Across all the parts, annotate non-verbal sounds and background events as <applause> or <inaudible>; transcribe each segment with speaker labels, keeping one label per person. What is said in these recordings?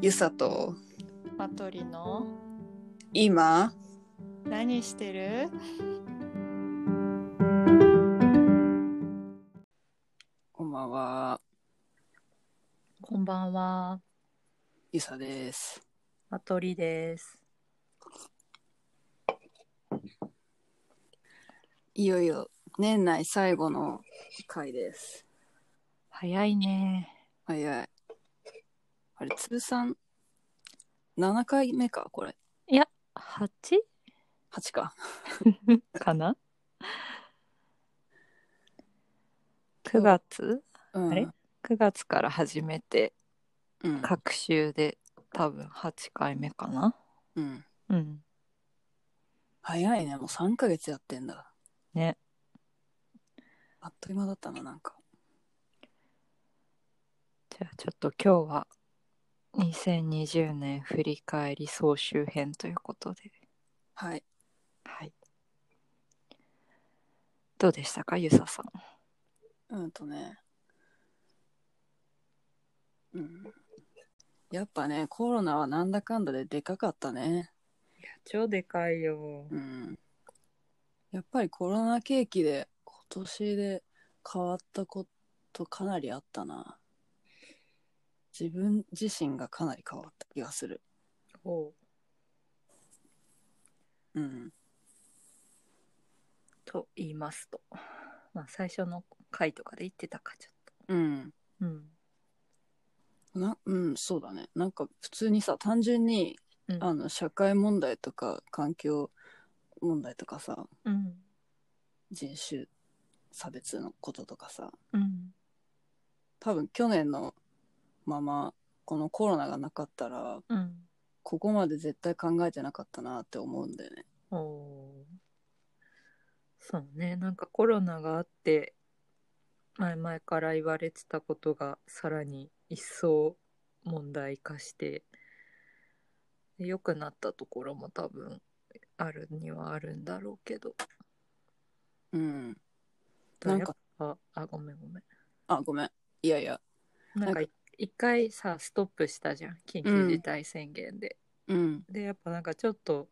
Speaker 1: ゆさと
Speaker 2: マトリの
Speaker 1: 今
Speaker 2: 何してる
Speaker 1: こんばんは
Speaker 2: こんばんは
Speaker 1: ゆさです
Speaker 2: マトリです
Speaker 1: いよいよ年内最後の回です
Speaker 2: 早いね
Speaker 1: 早いあれ通算7回目かこれ
Speaker 2: 8
Speaker 1: 8か
Speaker 2: かな9月
Speaker 1: うん
Speaker 2: あれ9月から始めて
Speaker 1: うん
Speaker 2: 各週で多分8回目かな
Speaker 1: うん
Speaker 2: うん
Speaker 1: 早いねもう3ヶ月やってんだ
Speaker 2: ね
Speaker 1: あっという間だったななんか
Speaker 2: じゃあちょっと今日は2020年振り返り総集編ということで
Speaker 1: はい
Speaker 2: はい。どうでしたか、ゆささん。
Speaker 1: うんとねうんやっぱねコロナはなんだかんだででかかったね
Speaker 2: いや、超でかいよ
Speaker 1: うんやっぱりコロナ景気で今年で変わったことかなりあったな自分自身がかなり変わった気がするうん
Speaker 2: と言いますと、まあ、最初の回とかで言ってたか、ちょっ
Speaker 1: うん
Speaker 2: と。うん。
Speaker 1: なうんそうだねなんか普通にさ単純に
Speaker 2: うん
Speaker 1: あの社会問題とか環境問題とかさ
Speaker 2: うん。
Speaker 1: 人種差別のこととかさ
Speaker 2: うん。
Speaker 1: 多分去年のままこのコロナがなかったら
Speaker 2: うん。
Speaker 1: ここまで絶対考えてなかったなって思うんだよね。
Speaker 2: おーそうね、なんかコロナがあって、前々から言われてたことがさらに一層問題化してで良くなったところも多分あるにはあるんだろうけど
Speaker 1: うん。なんか、
Speaker 2: ああごめんごめん
Speaker 1: あ、ごめん。いやいや。
Speaker 2: なん
Speaker 1: な
Speaker 2: か一回さストップしたじゃん緊急事態宣言で、
Speaker 1: うん。
Speaker 2: でやっぱなんかちょっと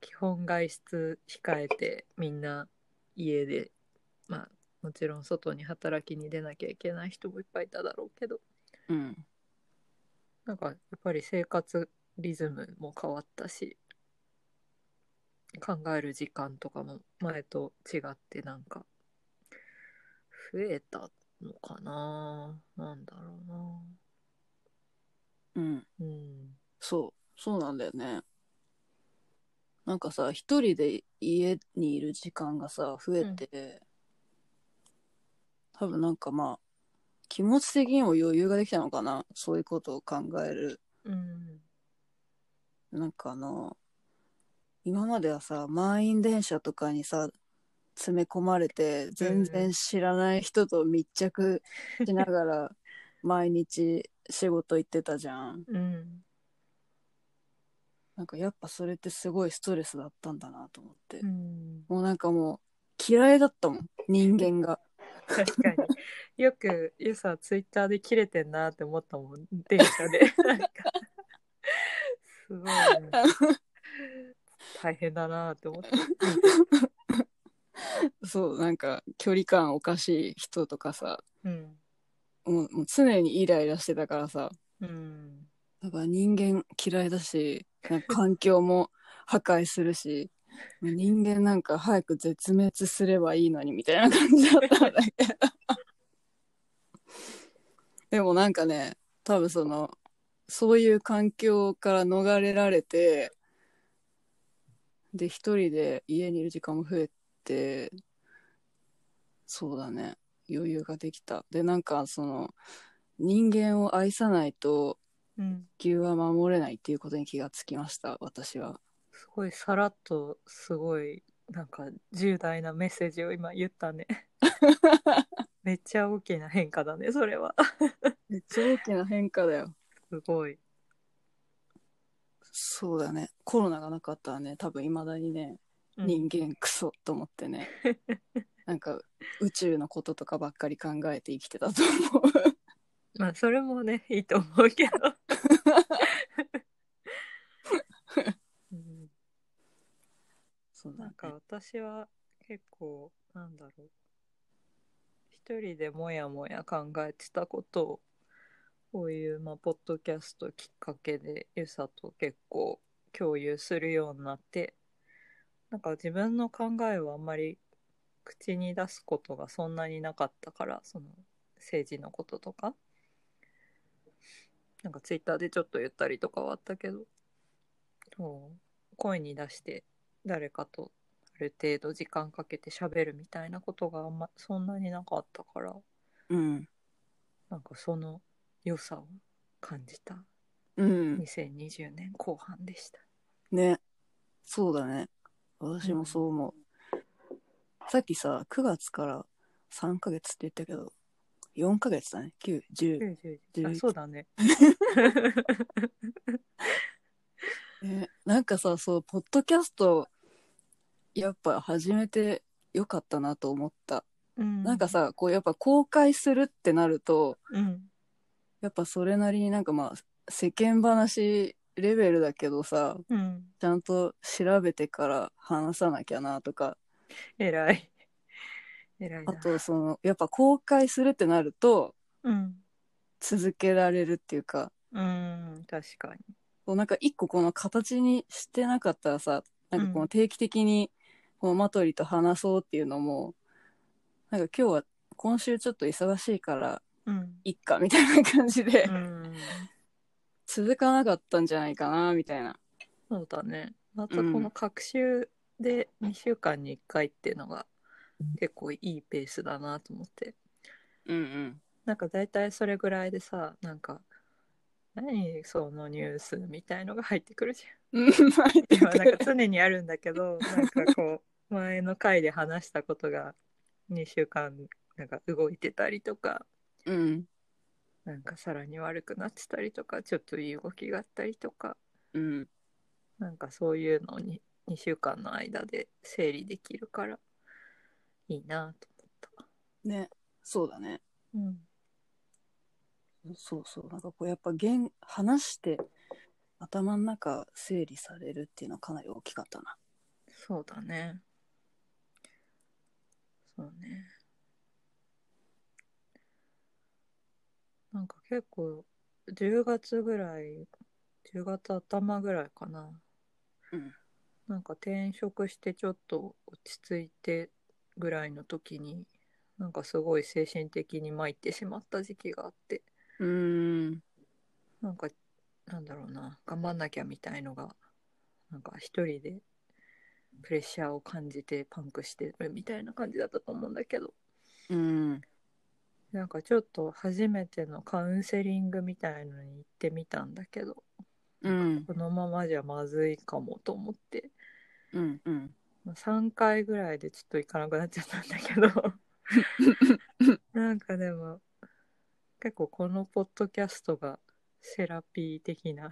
Speaker 2: 基本外出控えてみんな家でまあもちろん外に働きに出なきゃいけない人もいっぱいいただろうけど
Speaker 1: うん。
Speaker 2: なんかやっぱり生活リズムも変わったし考える時間とかも前と違ってなんか増えたのかななんだろうな
Speaker 1: うん。
Speaker 2: うん
Speaker 1: そう。そうなんだよね。なんかさ、一人で家にいる時間がさ、増えて、多分なんかまあ、気持ち的にも余裕ができたのかな。そういうことを考える。
Speaker 2: うん
Speaker 1: なんかあの、今まではさ、満員電車とかにさ、詰め込まれて、全然知らない人と密着しながら、毎日仕事行ってたじゃん。
Speaker 2: うん
Speaker 1: なんかやっぱそれってすごいストレスだったんだなと思って。
Speaker 2: うん
Speaker 1: もうなんかもう、嫌いだったもん、人間が。
Speaker 2: 確かによくゆさツイッターで切れてんなって思ったもん電車でなんかすごい、ね、大変だなって思った
Speaker 1: そう、なんか距離感おかしい人とかさ、
Speaker 2: うん
Speaker 1: もうもう常にイライラしてたからさ、
Speaker 2: うん
Speaker 1: だから人間嫌いだし、なんか環境も破壊するし、もう人間なんか早く絶滅すればいいのにみたいな感じだったんだけど。 <laughs> でもなんかね、多分その、そういう環境から逃れられて、で、一人で家にいる時間も増えて、そうだね、余裕ができた。で、なんかその、人間を愛さないと、
Speaker 2: うん
Speaker 1: 地球は守れないっていうことに気がつきました私は
Speaker 2: すごいさらっとすごいなんか重大なメッセージを今言ったねめっちゃ大きな変化だねそれは
Speaker 1: めっちゃ大きな変化だよ
Speaker 2: すごい
Speaker 1: そうだねコロナがなかったらね多分いまだにね
Speaker 2: うん
Speaker 1: 人間クソと思って <laughs> ね、なんか宇宙のこととかばっかり考えて生きてたと思う
Speaker 2: まあそれもねいいと思うけどうん
Speaker 1: <laughs> そうだ
Speaker 2: なん
Speaker 1: ね
Speaker 2: か私は結構なんだろう一人でもやもや考えてたことをこういう、まあ、ポッドキャストきっかけでゆさと結構共有するようになってなんか自分の考えをあんまり口に出すことがそんなになかったからその政治のこととかなんかツイッターでちょっと言ったりとかはあったけどそう声に出して誰かとある程度時間かけて喋るみたいなことがあんまそんなになかったから
Speaker 1: うん。
Speaker 2: なんかその良さを感じた
Speaker 1: うん。
Speaker 2: 2020年後半でした。
Speaker 1: ね。そうだね。私もそう思う。さっきさ、9月から3ヶ月って言ったけど、4ヶ月だね。9、10。
Speaker 2: 90あそう
Speaker 1: <laughs>
Speaker 2: だね。
Speaker 1: ねなんかさ、そう、ポッドキャスト、やっぱ始めてよかったなと思った。
Speaker 2: な
Speaker 1: なんか、さ、こうやっぱ公開するってなると、
Speaker 2: うん、
Speaker 1: やっぱそれなりになんかまあ、世間話レベルだけどさ、
Speaker 2: うん、
Speaker 1: ちゃんと調べてから話さなきゃなとか、
Speaker 2: 偉い。偉いな。
Speaker 1: あとその、やっぱ公開するってなると、
Speaker 2: うん、
Speaker 1: 続けられるっていうか、
Speaker 2: うん、確かに。
Speaker 1: こうなんか一個この形にしてなかったらさ、なんかこの定期的にこのマトリと話そうっていうのも、なんか今日は今週ちょっと忙しいから
Speaker 2: うん、
Speaker 1: いっかみたいな感じで、
Speaker 2: うん、
Speaker 1: 続かなかったんじゃないかなみたいな。
Speaker 2: そうだね。ま
Speaker 1: う
Speaker 2: たこ
Speaker 1: ん
Speaker 2: の隔週で2週間に1回っていうのが結構いいペースだなと思って。
Speaker 1: うんうん。
Speaker 2: なんか大体それぐらいでさなんか何そのニュースみたいのが入ってくるじ
Speaker 1: <laughs> うん、入って
Speaker 2: ゃん今
Speaker 1: く
Speaker 2: なん
Speaker 1: る
Speaker 2: か常にあるんだけどなんかこう前の回で話したことが2週間なんか動いてたりとか
Speaker 1: うん。
Speaker 2: なんかさらに悪くなってたりとかちょっといい動きがあったりとか
Speaker 1: うん。
Speaker 2: なんかそういうのに2週間の間で整理できるからいいなと思っ
Speaker 1: ね。そうだね。
Speaker 2: た。うん
Speaker 1: そうそう。なんかこうやっぱ言、話して頭の中整理されるっていうのはかなり大きかったな。
Speaker 2: そうだね。そうね。なんか結構、10月ぐらい、10月頭ぐらいかな。
Speaker 1: うん
Speaker 2: なんか転職してちょっと落ち着いてぐらいの時に、なんかすごい精神的に参ってしまった時期があって、
Speaker 1: うーん。
Speaker 2: なんか、なんだろうな、頑張んなきゃみたいのが、なんか一人でプレッシャーを感じてパンクしてるみたいな感じだったと思うんだけど、
Speaker 1: うん。
Speaker 2: なんかちょっと初めてのカウンセリングみたいのに行ってみたんだけど、
Speaker 1: うん。
Speaker 2: このままじゃまずいかもと思って、
Speaker 1: うん。うん。
Speaker 2: まあ3回ぐらいでちょっと行かなくなっちゃったんだけど、なんかでも、結構このポッドキャストがセラピー的な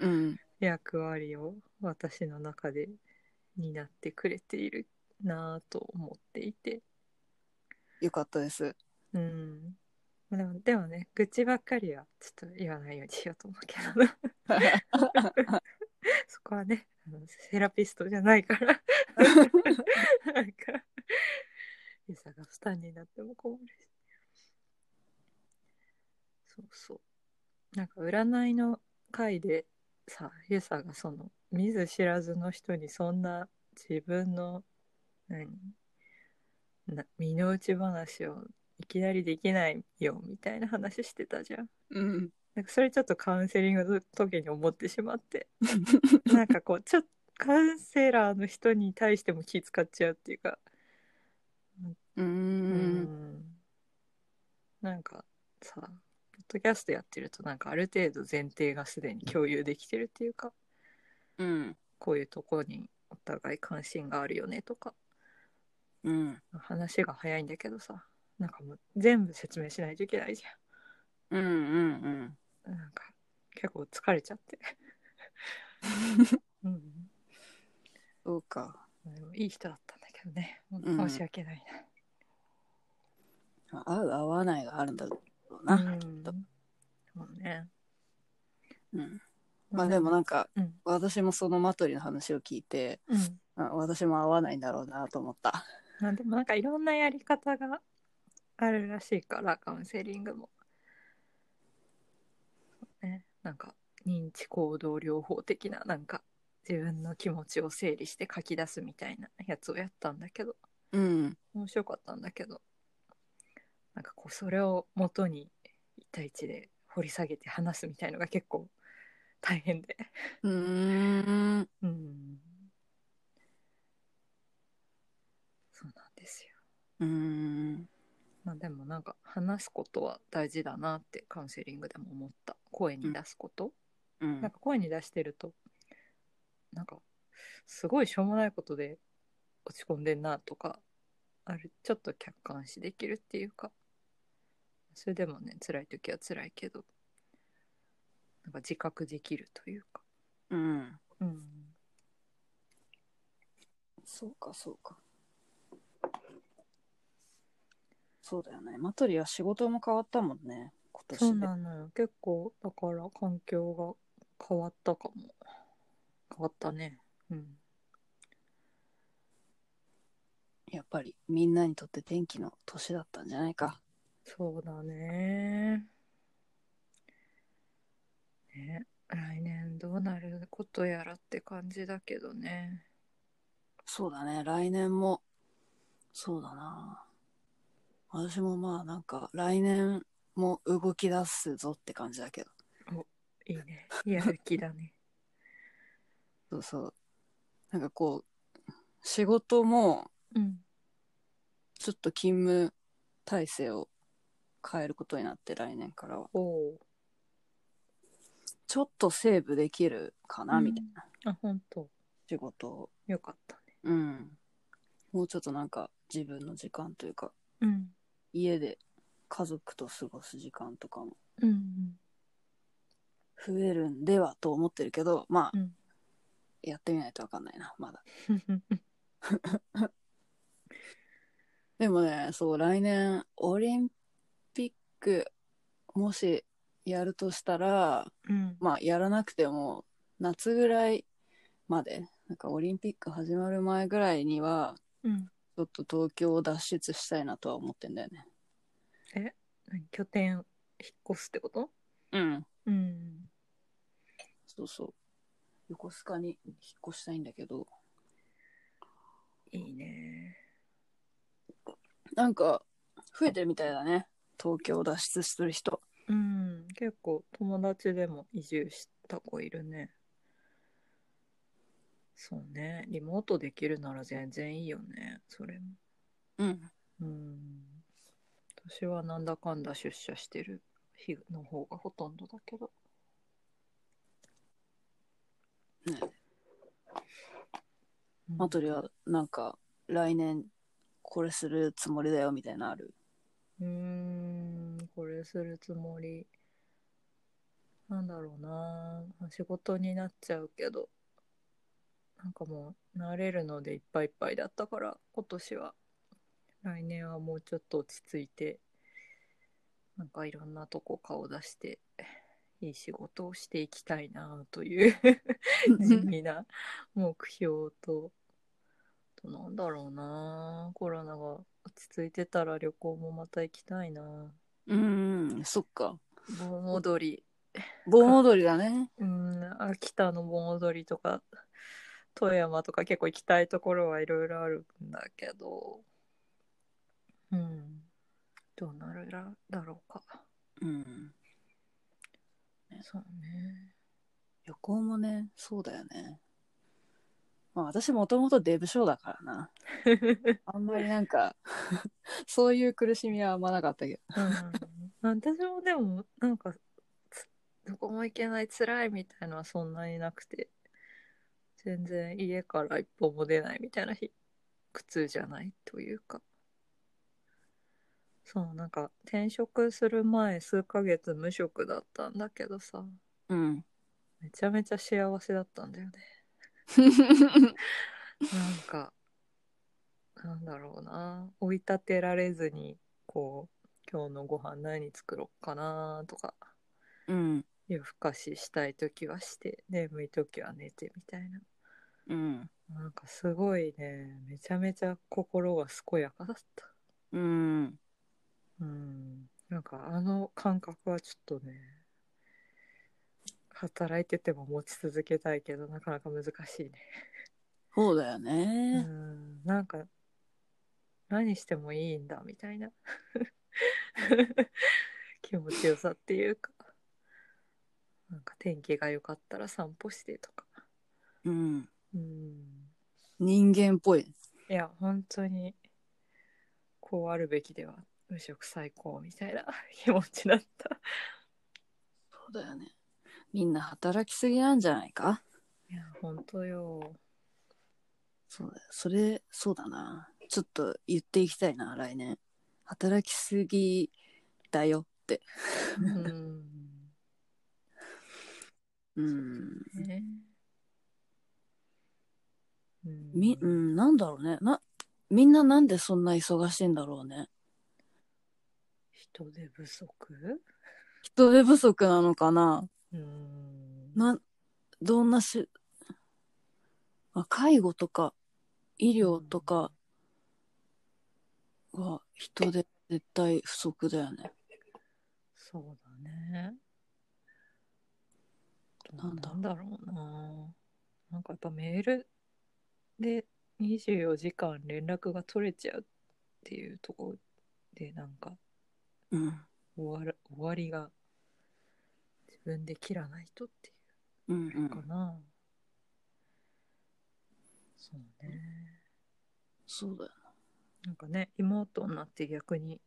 Speaker 1: うん。
Speaker 2: 役割を私の中で担ってくれているなぁと思っていて、
Speaker 1: よかったです。
Speaker 2: うん、でもでもね愚痴ばっかりはちょっと言わないようにしようと思うけどなそこはねあのセラピストじゃないからなんかゆさが負担になっても困るしそうそうなんか占いの回でさゆさがその見ず知らずの人にそんな自分の何な身の内話をいきなりできないよみたいな話してたじゃん。
Speaker 1: うん。
Speaker 2: なんかそれちょっとカウンセリングの時に思ってしまって。なんかこうちょっとカウンセラーの人に対しても気使っちゃうっていうか、
Speaker 1: うー。
Speaker 2: うんなんかさポッドキャストやってるとなんかある程度前提がすでに共有できてるっていうか
Speaker 1: うん。
Speaker 2: こういうところにお互い関心があるよねとか
Speaker 1: うん。
Speaker 2: 話が早いんだけどさなんかもう全部説明しないといけないじ
Speaker 1: うん。うん。
Speaker 2: ゃんなんか結構疲れちゃって、うん、
Speaker 1: そうか。
Speaker 2: でもいい人だったんだけどね
Speaker 1: うん
Speaker 2: 申し訳ないな、
Speaker 1: 合う合わないがあるんだろうな。
Speaker 2: うん、そうね
Speaker 1: まあでもなんか、
Speaker 2: うん
Speaker 1: 私もそのマトリの話を聞いて、
Speaker 2: うん
Speaker 1: あ私も合わないんだろうなと思った。
Speaker 2: まあでもなんかいろんなやり方があるらしいからカウンセリングも。ね、なんか認知行動療法的ななんか自分の気持ちを整理して書き出すみたいなやつをやったんだけど
Speaker 1: うん。
Speaker 2: 面白かったんだけどなんかこうそれを元に一対一で掘り下げて話すみたいのが結構大変で。
Speaker 1: うーん。
Speaker 2: うんそうなんですよ。
Speaker 1: うーん。
Speaker 2: まあでもなんか話すことは大事だなってカウンセリングでも思った声に出すこと、
Speaker 1: うん
Speaker 2: なんか声に出してるとなんかすごいしょうもないことで落ち込んでんなとかあるちょっと客観視できるっていうかそれでもね辛い時は辛いけどなんか自覚できるというか、
Speaker 1: うん。
Speaker 2: うん、
Speaker 1: そうか、そうか。そうだよね。マトリは仕事も変わったもんね。今年で。
Speaker 2: そうなのよ結構だから環境が変わったかも変わったねうん
Speaker 1: やっぱりみんなにとって天気の年だったんじゃないか。
Speaker 2: そうだね。ね、来年どうなることやらって感じだけどね。
Speaker 1: そうだね。来年も、そうだな。私もまあなんか来年も動き出すぞって感じだけど。
Speaker 2: いいね。やる気だね。
Speaker 1: そうそう。なんかこう、仕事も
Speaker 2: うん。
Speaker 1: ちょっと勤務体制を変えることになって来年からは。
Speaker 2: おお。
Speaker 1: ちょっとセーブできるかな、
Speaker 2: うん
Speaker 1: みたいな
Speaker 2: あ、本当。
Speaker 1: 仕事を。
Speaker 2: よかったね。
Speaker 1: うん。もうちょっとなんか自分の時間というか、
Speaker 2: うん。
Speaker 1: 家で家族と過ごす時間とかも
Speaker 2: うんうん。
Speaker 1: 増えるんではと思ってるけど、まあ、
Speaker 2: うん
Speaker 1: やってみないとわかんないな、まだ。
Speaker 2: <laughs>
Speaker 1: でもね、そう、来年オリンピック、もしやるとしたら、
Speaker 2: うん。
Speaker 1: まあ、やらなくても、夏ぐらいまで、なんかオリンピック始まる前ぐらいには、
Speaker 2: うん。
Speaker 1: ちょっと東京を脱出したいなとは思ってんだよね。
Speaker 2: え、何拠点引っ越すってこと
Speaker 1: うん。
Speaker 2: うん。
Speaker 1: そうそう。横須賀に引っ越したいんだけど、
Speaker 2: いいね。
Speaker 1: なんか、増えてるみたいだね。東京を脱出する人。
Speaker 2: うん。結構友達でも移住した子いるね。そうね。リモートできるなら全然いいよね。それも。
Speaker 1: うん。
Speaker 2: うん。私はなんだかんだ出社してる日の方がほとんどだけど。
Speaker 1: ね
Speaker 2: うん
Speaker 1: マトリは、なんか、来年、これするつもりだよ、みたいなのある。
Speaker 2: うーん、これするつもり。なんだろうな。仕事になっちゃうけど。なんかもう、慣れるのでいっぱいいっぱいだったから、今年は。来年はもうちょっと落ち着いて、なんかいろんなとこ顔出して、いい仕事をしていきたいなという地味な目標と、あとなんだろうなコロナが落ち着いてたら旅行もまた行きたいな
Speaker 1: うん、そっか。
Speaker 2: 盆踊り
Speaker 1: 盆踊りだね。
Speaker 2: うん秋田の盆踊りとか富山とか結構行きたいところはいろいろあるんだけどうんどうなるらだろうか
Speaker 1: うん。
Speaker 2: そうね
Speaker 1: 旅行もね、そうだよね。まあ私もともとデブ症だからな。あんまりなんか、 <laughs> そういう苦しみはあんまなかったけど。
Speaker 2: うん、私もでもなんかつどこも行けない辛いみたいのはそんなになくて全然家から一歩も出ないみたいな日苦痛じゃないというかそうなんか転職する前数ヶ月無職だったんだけどさ
Speaker 1: うん。
Speaker 2: めちゃめちゃ幸せだったんだよねなんか、なんだろうな、追い立てられずに、こう、今日のご飯何作ろうかなとか、
Speaker 1: うん。
Speaker 2: 夜更かししたい時はして眠い時は寝てみたいな
Speaker 1: うん。
Speaker 2: なんかすごいねめちゃめちゃ心が健やかだった
Speaker 1: うん。
Speaker 2: うんなんかあの感覚はちょっとね働いてても持ち続けたいけどなかなか難しいね
Speaker 1: そうだよ
Speaker 2: う
Speaker 1: ね。
Speaker 2: んなんか何してもいいんだみたいな <laughs> 気持ちよさっていうかなんか天気が良かったら散歩してとか
Speaker 1: うん。
Speaker 2: うん
Speaker 1: 人間っぽい。
Speaker 2: いや本当にこうあるべきでは無職最高みたいな <laughs> 気持ちだった
Speaker 1: そうだよね。みんな働きすぎなんじゃないか
Speaker 2: いや本当よ
Speaker 1: そうだよ。それ、そうだな。ちょっと言っていきたいな、来年。働きすぎだよって。
Speaker 2: うん
Speaker 1: うん。
Speaker 2: ねうん
Speaker 1: み、うん、なんだろうね。な、みんななんでそんな忙しいんだろうね。
Speaker 2: 人手不足
Speaker 1: 人手不足なのかな
Speaker 2: うん
Speaker 1: な、どんなし、まあ、介護とか、医療とかは人で絶対不足だよね。
Speaker 2: そうだね。
Speaker 1: な
Speaker 2: なんん
Speaker 1: だ
Speaker 2: だろうな。なんかやっぱメールで24時間連絡が取れちゃうっていうところでなんか
Speaker 1: うん。
Speaker 2: 終わら終わりが自分で切らないとってい
Speaker 1: うんう
Speaker 2: うか
Speaker 1: ん。
Speaker 2: な。そうね。
Speaker 1: そうだよ。
Speaker 2: なんかね、妹になって逆に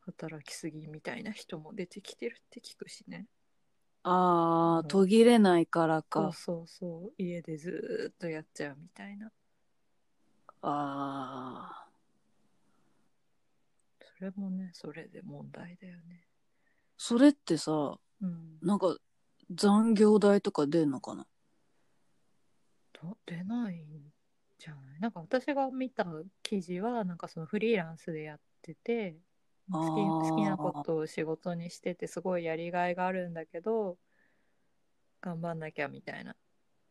Speaker 2: 働きすぎみたいな人も出てきてるって聞くしね。
Speaker 1: あー、途切れないから
Speaker 2: そう
Speaker 1: か。
Speaker 2: そうそう家でずーっとやっちゃうみたいな
Speaker 1: あー、
Speaker 2: それもねそれで問題だよね
Speaker 1: それってさ、
Speaker 2: うん
Speaker 1: なんか残業代とか出んのかな
Speaker 2: と出ないんじゃないなんか私が見た記事はなんかそのフリーランスでやってて好
Speaker 1: あ
Speaker 2: き
Speaker 1: ー
Speaker 2: 好きなことを仕事にしててすごいやりがいがあるんだけど頑張んなきゃみたいな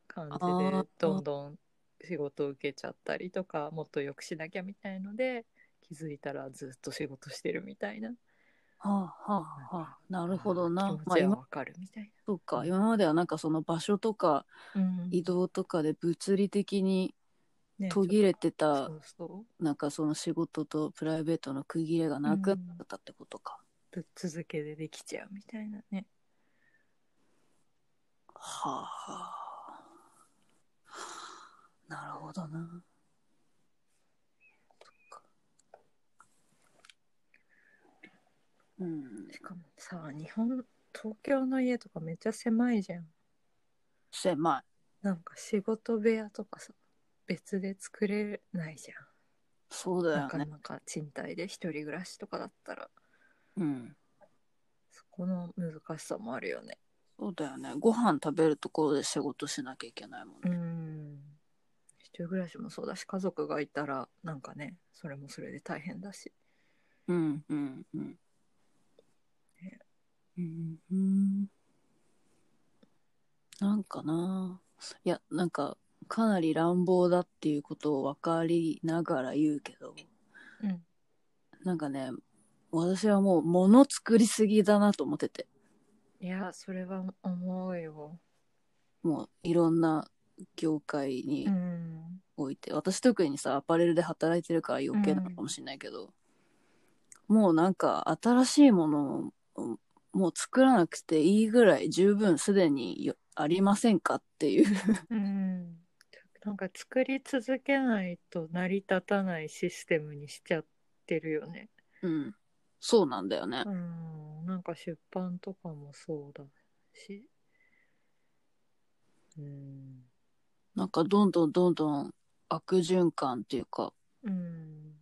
Speaker 2: 感
Speaker 1: あ
Speaker 2: じ
Speaker 1: ー
Speaker 2: でどんどん仕事を受けちゃったりとかもっと良くしなきゃみたいので気づいたらずっと仕事してるみたいな
Speaker 1: はあ、はあはあ、なるほど
Speaker 2: 気
Speaker 1: な。
Speaker 2: 持
Speaker 1: まあ
Speaker 2: ちは
Speaker 1: 今、
Speaker 2: わかるみたい
Speaker 1: そうか。今まではなんかその場所とか
Speaker 2: な。うん
Speaker 1: 移動とかで物理的に
Speaker 2: ね
Speaker 1: 途切れて
Speaker 2: ちょ
Speaker 1: た
Speaker 2: っとそうそう
Speaker 1: なんかその仕事とプライベートの区切れがなくなったってことか。
Speaker 2: ぶっ続けでできちゃうみたいなね。
Speaker 1: はあ、はあ。なるほどな。そっかうん、
Speaker 2: しかもさ日本東京の家とかめっちゃ狭いじゃん。
Speaker 1: 狭い。
Speaker 2: なんか仕事部屋とかさ別で作れないじゃ
Speaker 1: そうだ
Speaker 2: ん。な
Speaker 1: よ
Speaker 2: か
Speaker 1: ね。
Speaker 2: なか賃貸で一人暮らしとかだったら
Speaker 1: うん。
Speaker 2: そこの難しさもあるよね。
Speaker 1: そうだよね。ご飯食べるところで仕事しなきゃいけないもん
Speaker 2: う
Speaker 1: ね。
Speaker 2: ん一人暮らしもそうだし家族がいたらなんかねそれもそれで大変だし。
Speaker 1: うん、うん、うん。うん、うん。なんかないや、なんか、かなり乱暴だっていうことを分かりながら言うけど、
Speaker 2: うん、
Speaker 1: なんかね、私はもう物作りすぎだなと思ってて、
Speaker 2: いやそれは思うよ。
Speaker 1: もういろんな業界に
Speaker 2: うん
Speaker 1: おいて、私特にさ、アパレルで働いてるから余計なのかもしれないけど、もうなんか新しいものをもう作らなくていいぐらい十分すでによありませんかっていう。
Speaker 2: うんなんか作り続けないと成り立たないシステムにしちゃってるよね。
Speaker 1: うん。そうなんだよね。
Speaker 2: うん、なんか出版とかもそうだし。うん。
Speaker 1: なんかどんどんどんどん悪循環っていうか、
Speaker 2: うん。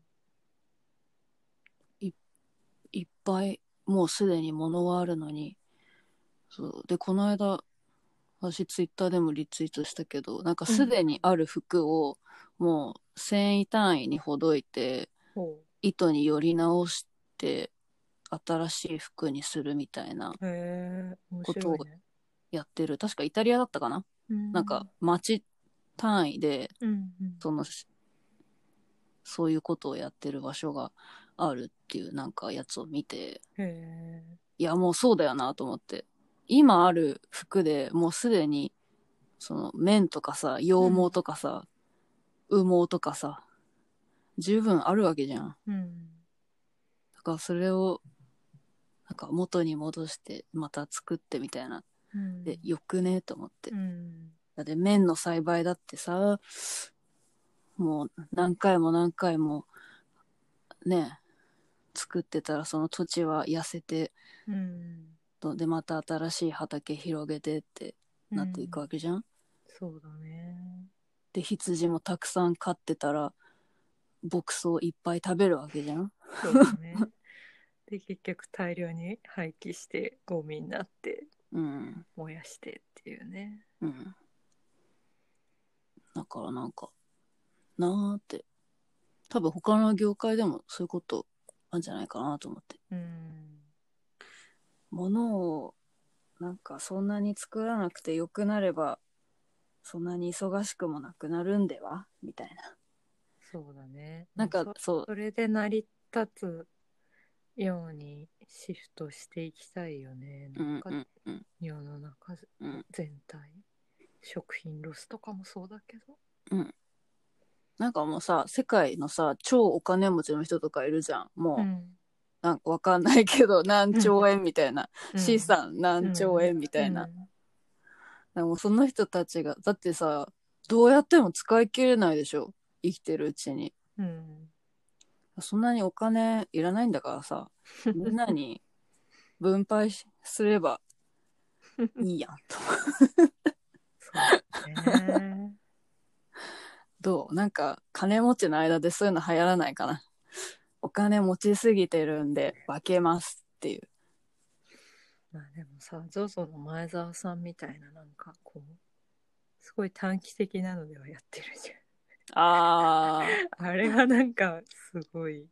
Speaker 1: いっぱいもうすでに物はあるのにそうでこの間私ツイッターでもリツイートしたけどなんかすでにある服をもう繊維単位にほどいて
Speaker 2: ほ
Speaker 1: 糸により直して新しい服にするみたいな
Speaker 2: う。へえ、面
Speaker 1: こと
Speaker 2: 白
Speaker 1: を
Speaker 2: いね。
Speaker 1: やってる確かイタリアだったかな、
Speaker 2: な
Speaker 1: なんか、町単位で
Speaker 2: うんうん、
Speaker 1: そのしそういうことをやってる場所があるっていうなんかやつを見て
Speaker 2: へえ
Speaker 1: いやもうそうだよなと思って今ある服でもうすでにその綿とかさ羊毛とかさ、羽毛とかさ十分あるわけじゃん
Speaker 2: うん
Speaker 1: だからそれをなんか元に戻してまた作ってみたいな
Speaker 2: うん
Speaker 1: でよくねと思って
Speaker 2: うん
Speaker 1: だって麺の栽培だってさ、もう何回も何回もね、作ってたらその土地は痩せて、
Speaker 2: うん
Speaker 1: とでまた新しい畑広げてってなっていくわけじゃん。
Speaker 2: そうだね
Speaker 1: で、羊もたくさん飼ってたら、牧草いっぱい食べるわけじゃん。
Speaker 2: そうだ
Speaker 1: <laughs>
Speaker 2: ねで結局大量に廃棄してゴミになって
Speaker 1: うん。
Speaker 2: 燃やしてっていうね
Speaker 1: うん。だからなんか、なーって。多分他の業界でもそういうことあるんじゃないかなと思って。
Speaker 2: うん
Speaker 1: 物をなんかそんなに作らなくてよくなればそんなに忙しくもなくなるんではみたいな
Speaker 2: そうだね
Speaker 1: なんか
Speaker 2: まあ
Speaker 1: そう
Speaker 2: そそれで成り立つようにシフトしていきたいよね
Speaker 1: う
Speaker 2: なん
Speaker 1: ん
Speaker 2: か
Speaker 1: うんうん
Speaker 2: 世の中
Speaker 1: うん
Speaker 2: 全体、食品ロスとかもそうだけど
Speaker 1: なんかもうさ世界のさ超お金持ちの人とかいるじゃんもう、
Speaker 2: ん
Speaker 1: なんかわかんないけど <laughs> 何兆円みたいな、資
Speaker 2: み
Speaker 1: 産何兆円みたいな、でもその人たちがだってさどうやっても使い切れないでしょ生きてるうちに
Speaker 2: うん
Speaker 1: そんなにお金いらないんだから <laughs> さ、みんなに分配しすれ <laughs> ばいいやんと。
Speaker 2: そうだね <laughs>
Speaker 1: どうなんか金持ちの間でそういうの流行らないかな。お金持ちすぎてるんで化けますっていう。
Speaker 2: まあでもさ ZOZO の前澤さんみたいななんかこうすごい短期的なのではやってるじ
Speaker 1: あ
Speaker 2: ゃん <laughs> あれはなんかすごい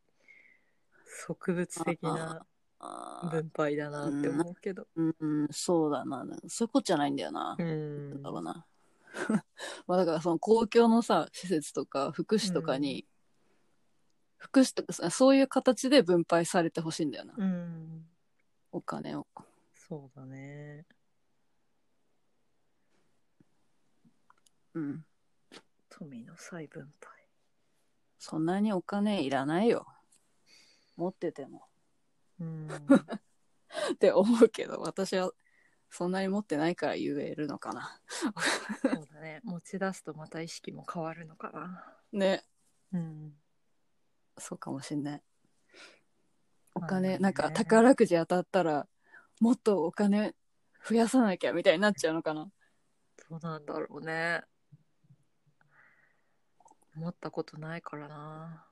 Speaker 2: 植物的な
Speaker 1: あー。
Speaker 2: 分配だなって思うけど
Speaker 1: うん、そうだな。そういうことじゃないんだよな。
Speaker 2: う
Speaker 1: なん
Speaker 2: ん
Speaker 1: だろうな。 <laughs> まあだからその公共のさ、施設とか福祉とかに、福祉とかさそういう形で分配されてほしいんだよな。
Speaker 2: うん
Speaker 1: お金を。
Speaker 2: そうだね
Speaker 1: うん。
Speaker 2: 富の再分配
Speaker 1: そんなにお金いらないよ。持ってても。
Speaker 2: うん
Speaker 1: って思うけど私はそんなに持ってないから言えるのかな
Speaker 2: そうだね持ち出すとまた意識も変わるのかな
Speaker 1: ね
Speaker 2: うん
Speaker 1: そうかもしんないお
Speaker 2: まあ
Speaker 1: 金、
Speaker 2: ね
Speaker 1: なんか宝くじ当たったらもっとお金増やさなきゃみたいになっちゃうのかな <laughs>
Speaker 2: どうなんだろうね。思ったことないからな。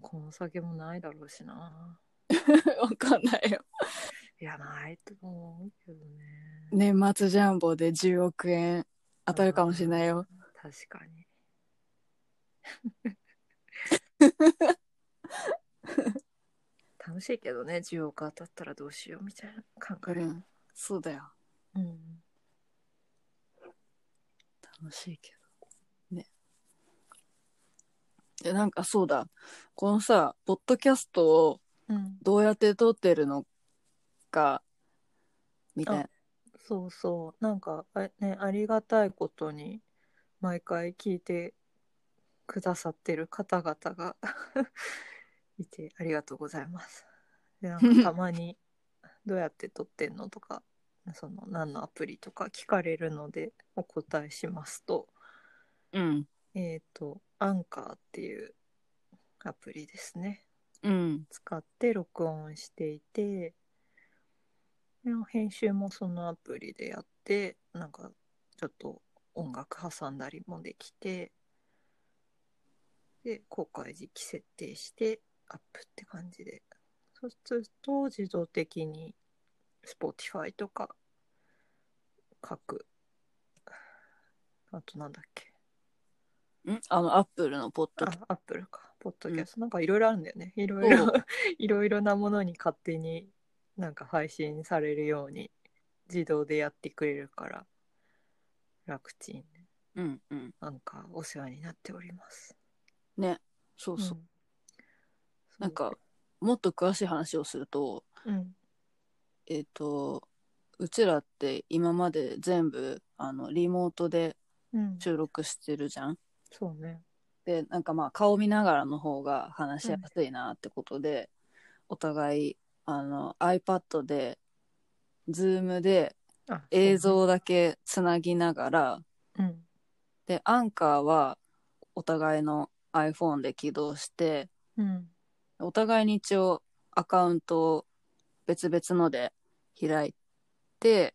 Speaker 2: この先もないだろうしな。
Speaker 1: わかんないよ
Speaker 2: いや、ないと思うけどね。
Speaker 1: 年末ジャンボで10億円当たるかもしんないよ
Speaker 2: 確か <laughs> に。楽しいけどね、10億当たったらどうしようみたいな考
Speaker 1: う
Speaker 2: え。
Speaker 1: んそうだよ
Speaker 2: うん。
Speaker 1: 楽しいけどねでなんかそうだこのさポッドキャストを
Speaker 2: うん。
Speaker 1: どうやって撮ってるのかみたいな
Speaker 2: そうそう。なんか、あね、ありがたいことに、毎回聞いてくださってる方々が <laughs> いて、ありがとうございます。で、なんかたまに、 <laughs> どうやって撮ってんのとか、その、何のアプリとか聞かれるので、お答えしますと、
Speaker 1: うん
Speaker 2: えっ、と、アンカーっていうアプリですね。
Speaker 1: うん
Speaker 2: 使って録音していてで編集もそのアプリでやってなんかちょっと音楽挟んだりもできてで公開時期設定してアップって感じでそうすると自動的に Spotify とか各あとなんだっけ
Speaker 1: んあのアップルのポッドキャス
Speaker 2: あ、アップルか。ポッドキャスト。なんかいろいろあるんだよね。いろい <laughs>
Speaker 1: そ
Speaker 2: ろ、いろいろなものに勝手になんか配信されるように自動でやってくれるから楽ちん
Speaker 1: うんうん。
Speaker 2: なんかお世話になっております。
Speaker 1: ね。そうそう。
Speaker 2: ん
Speaker 1: なんか、もっと詳しい話をすると、
Speaker 2: うん、
Speaker 1: えっ、と、うちらって今まで全部、あの、リモートで
Speaker 2: うん、
Speaker 1: 収録してるじゃん。
Speaker 2: そうね。
Speaker 1: で、なんかまあ、顔見ながらの方が話しやすいなってことで、お互い、あの、iPad で、ズームで
Speaker 2: あ
Speaker 1: 映、像だけつなぎながら、
Speaker 2: そうね
Speaker 1: で、アンカーはお互いの iPhone で起動して、
Speaker 2: うん、うん、
Speaker 1: お互いに一応アカウントを別々ので開いて、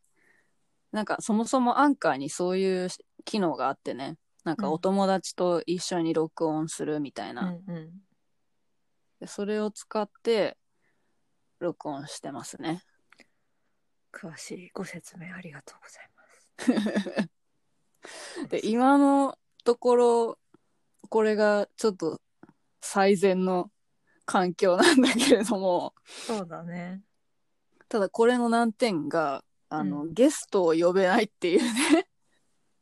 Speaker 1: なんかそもそもアンカーにそういう機能があってね、なんかお友達と一緒に録音するみたいな、
Speaker 2: うん、うん。
Speaker 1: でそれを使って録音してますね。
Speaker 2: 詳しいご説明ありがとうございま
Speaker 1: <laughs>
Speaker 2: す。
Speaker 1: で、今のところ、これがちょっと最善の環境なんだけれども、
Speaker 2: そうだね。
Speaker 1: ただこれの難点が、あの、
Speaker 2: う
Speaker 1: ゲストを呼べないっていうね。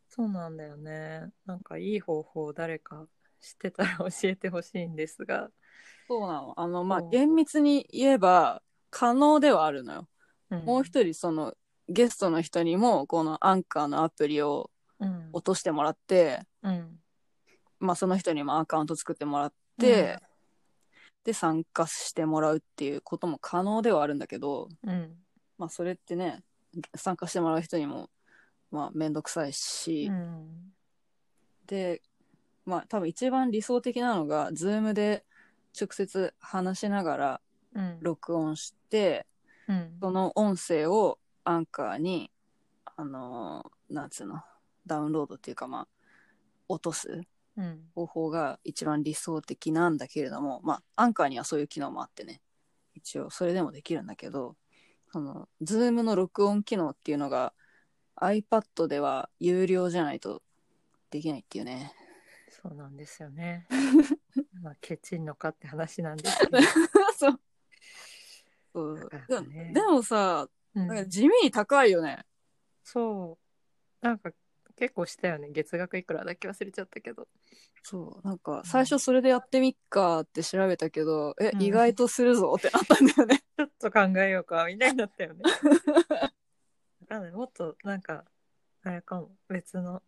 Speaker 2: そうなんだよね。なんかいい方法を誰か知ってたら教えてほしいんですが、
Speaker 1: そうなの。あの、まあ、
Speaker 2: そう
Speaker 1: 厳密に言えば、可能ではあるのよ。
Speaker 2: うん
Speaker 1: もう一人、その、ゲストの人にも、このアンカーのアプリを
Speaker 2: うん、
Speaker 1: 落としてもらって、
Speaker 2: うん、
Speaker 1: まあ、その人にもアカウント作ってもらって、で、参加してもらうっていうことも可能ではあるんだけど、
Speaker 2: うん、
Speaker 1: まあそれってね参加してもらう人にもまあ面倒くさいし、
Speaker 2: うん、
Speaker 1: でまあ多分一番理想的なのが Zoom で直接話しながら
Speaker 2: うん、
Speaker 1: 録音して
Speaker 2: うん、
Speaker 1: その音声をアンカーにあのーなんつうのダウンロードっていうかまあ落とす
Speaker 2: うん、
Speaker 1: 方法が一番理想的なんだけれどもまあアンカーにはそういう機能もあってね一応それでもできるんだけどその Zoom の録音機能っていうのが iPad では有料じゃないとできないっていうね <laughs>
Speaker 2: そうなんですよね。まあ、ケチんのかって話なんです
Speaker 1: <laughs>
Speaker 2: けど。
Speaker 1: そうそう
Speaker 2: なかな
Speaker 1: で
Speaker 2: かね
Speaker 1: でもさ
Speaker 2: うん
Speaker 1: なんか地味に高いよね、
Speaker 2: そう。なんか結構したよね。月額いくらだっけ忘れちゃったけど。
Speaker 1: そうなんか最初それでやってみっかって調べたけど、え
Speaker 2: うん
Speaker 1: 意外とするぞってなったんだよね
Speaker 2: ちょっと考えようか、みたいになったよね。わかんない。もっとなんか、あれかも。別の、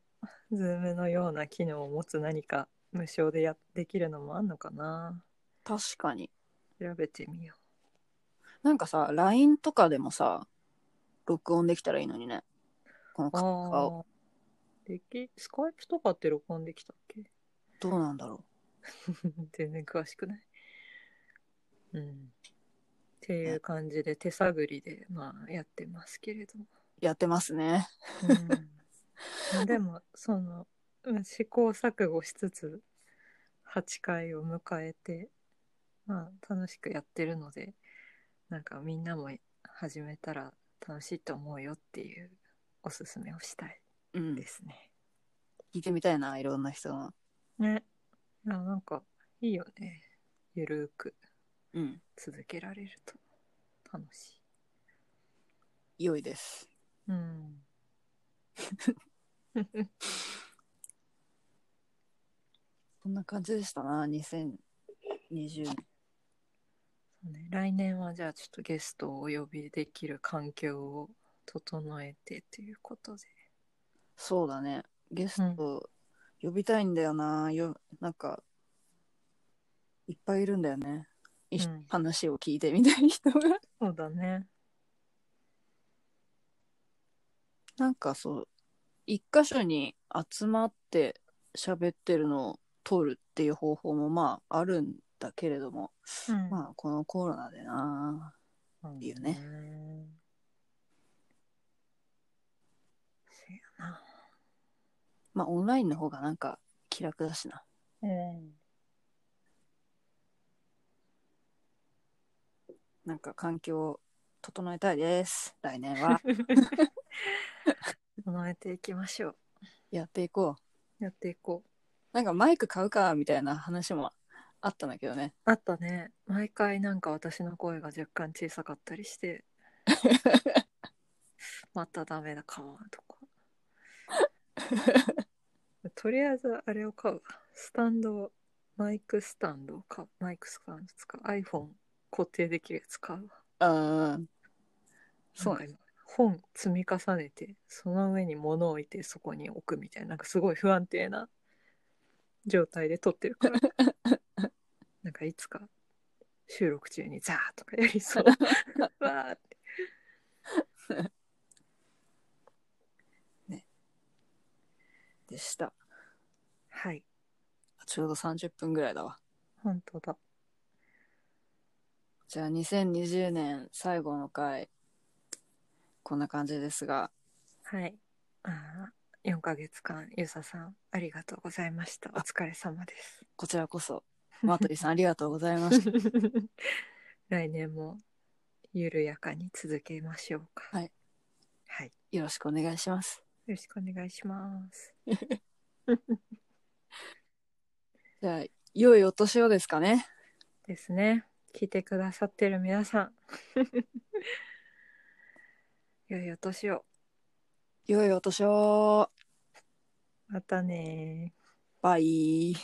Speaker 2: ズームのような機能を持つ何か無償でやできるのもあんのかな。
Speaker 1: <laughs> 確かに
Speaker 2: 調べてみよ
Speaker 1: なんかさ、LINE とかでもさ、録音できたらいいのにね。この
Speaker 2: う。
Speaker 1: 顔
Speaker 2: ああ。でき、スカイプとかって録音できたっけ <laughs>
Speaker 1: どうなんだろ
Speaker 2: 全然詳しくない。うん。っていう感じで手探りで、まあ、やってますけれども。
Speaker 1: う。やってますね。
Speaker 2: うん、でもそのうん試行錯誤しつつ8回を迎えて、まあ、楽しくやってるのでなんかみんなも始めたら楽しいと思うよっていうおすすめをしたい
Speaker 1: うん。聞
Speaker 2: ですね。
Speaker 1: いてみたいな、いろんな人の。
Speaker 2: ね。いやなんかいいよね。ゆるーく
Speaker 1: うん。
Speaker 2: 続けられると楽しい。
Speaker 1: 良いです。
Speaker 2: うん。
Speaker 1: こんな感じでしたな、2020年。
Speaker 2: ね来年はじゃあちょっとゲストをお呼びできる環境を整えてということで
Speaker 1: そうだね。ゲスト呼びたいんだよな。よなんか、いっぱいいるんだよね。いし
Speaker 2: うん
Speaker 1: 話を聞いてみたい人が。 <laughs>
Speaker 2: そうだね
Speaker 1: なんかそう、一箇所に集まって喋ってるのを撮るっていう方法もまああるんだけれども、
Speaker 2: うん
Speaker 1: まあこのコロナでな。いいよね
Speaker 2: せやな
Speaker 1: まあオンラインの方がなんか気楽だしな。
Speaker 2: うん
Speaker 1: なんか環境を整えたいです。来年
Speaker 2: <laughs>
Speaker 1: は
Speaker 2: 整えていきましょう
Speaker 1: やっていこう。
Speaker 2: やっていこう
Speaker 1: なんかマイク買うかみたいな話もあったんだけどね。
Speaker 2: あったね毎回なんか私の声が若干小さかったりしてまたダメだかもとかとりあえずあれを買うわスタンドをマイクスタンドを買うマイクスタンド使う iPhone 固定できるやつ買うわ
Speaker 1: ああ。
Speaker 2: そうね本積み重ねてその上に物を置いてそこに置くみたいななんかすごい不安定な状態で撮ってるからなんかいつか収録中にザーとかやりそうわーって
Speaker 1: でした。
Speaker 2: はい
Speaker 1: ちょうど30分ぐらいだわ。
Speaker 2: 本当だ
Speaker 1: じゃあ2020年最後の回、こんな感じですが、
Speaker 2: はいあー4ヶ月間ゆうささんありがとうございましたお疲れ様
Speaker 1: <laughs>
Speaker 2: です
Speaker 1: こちらこそ、マトリさんありがとうござい
Speaker 2: <laughs>
Speaker 1: ました。
Speaker 2: 来年も緩やかに続けましょうか
Speaker 1: はい、
Speaker 2: はい、よ
Speaker 1: よろしくお願いします。
Speaker 2: ろしくお願いします
Speaker 1: じゃあ、良いお年をですかね。
Speaker 2: ですね聞いてくださってる皆さん良いお年を
Speaker 1: 良いお年を。
Speaker 2: またねー
Speaker 1: バイ。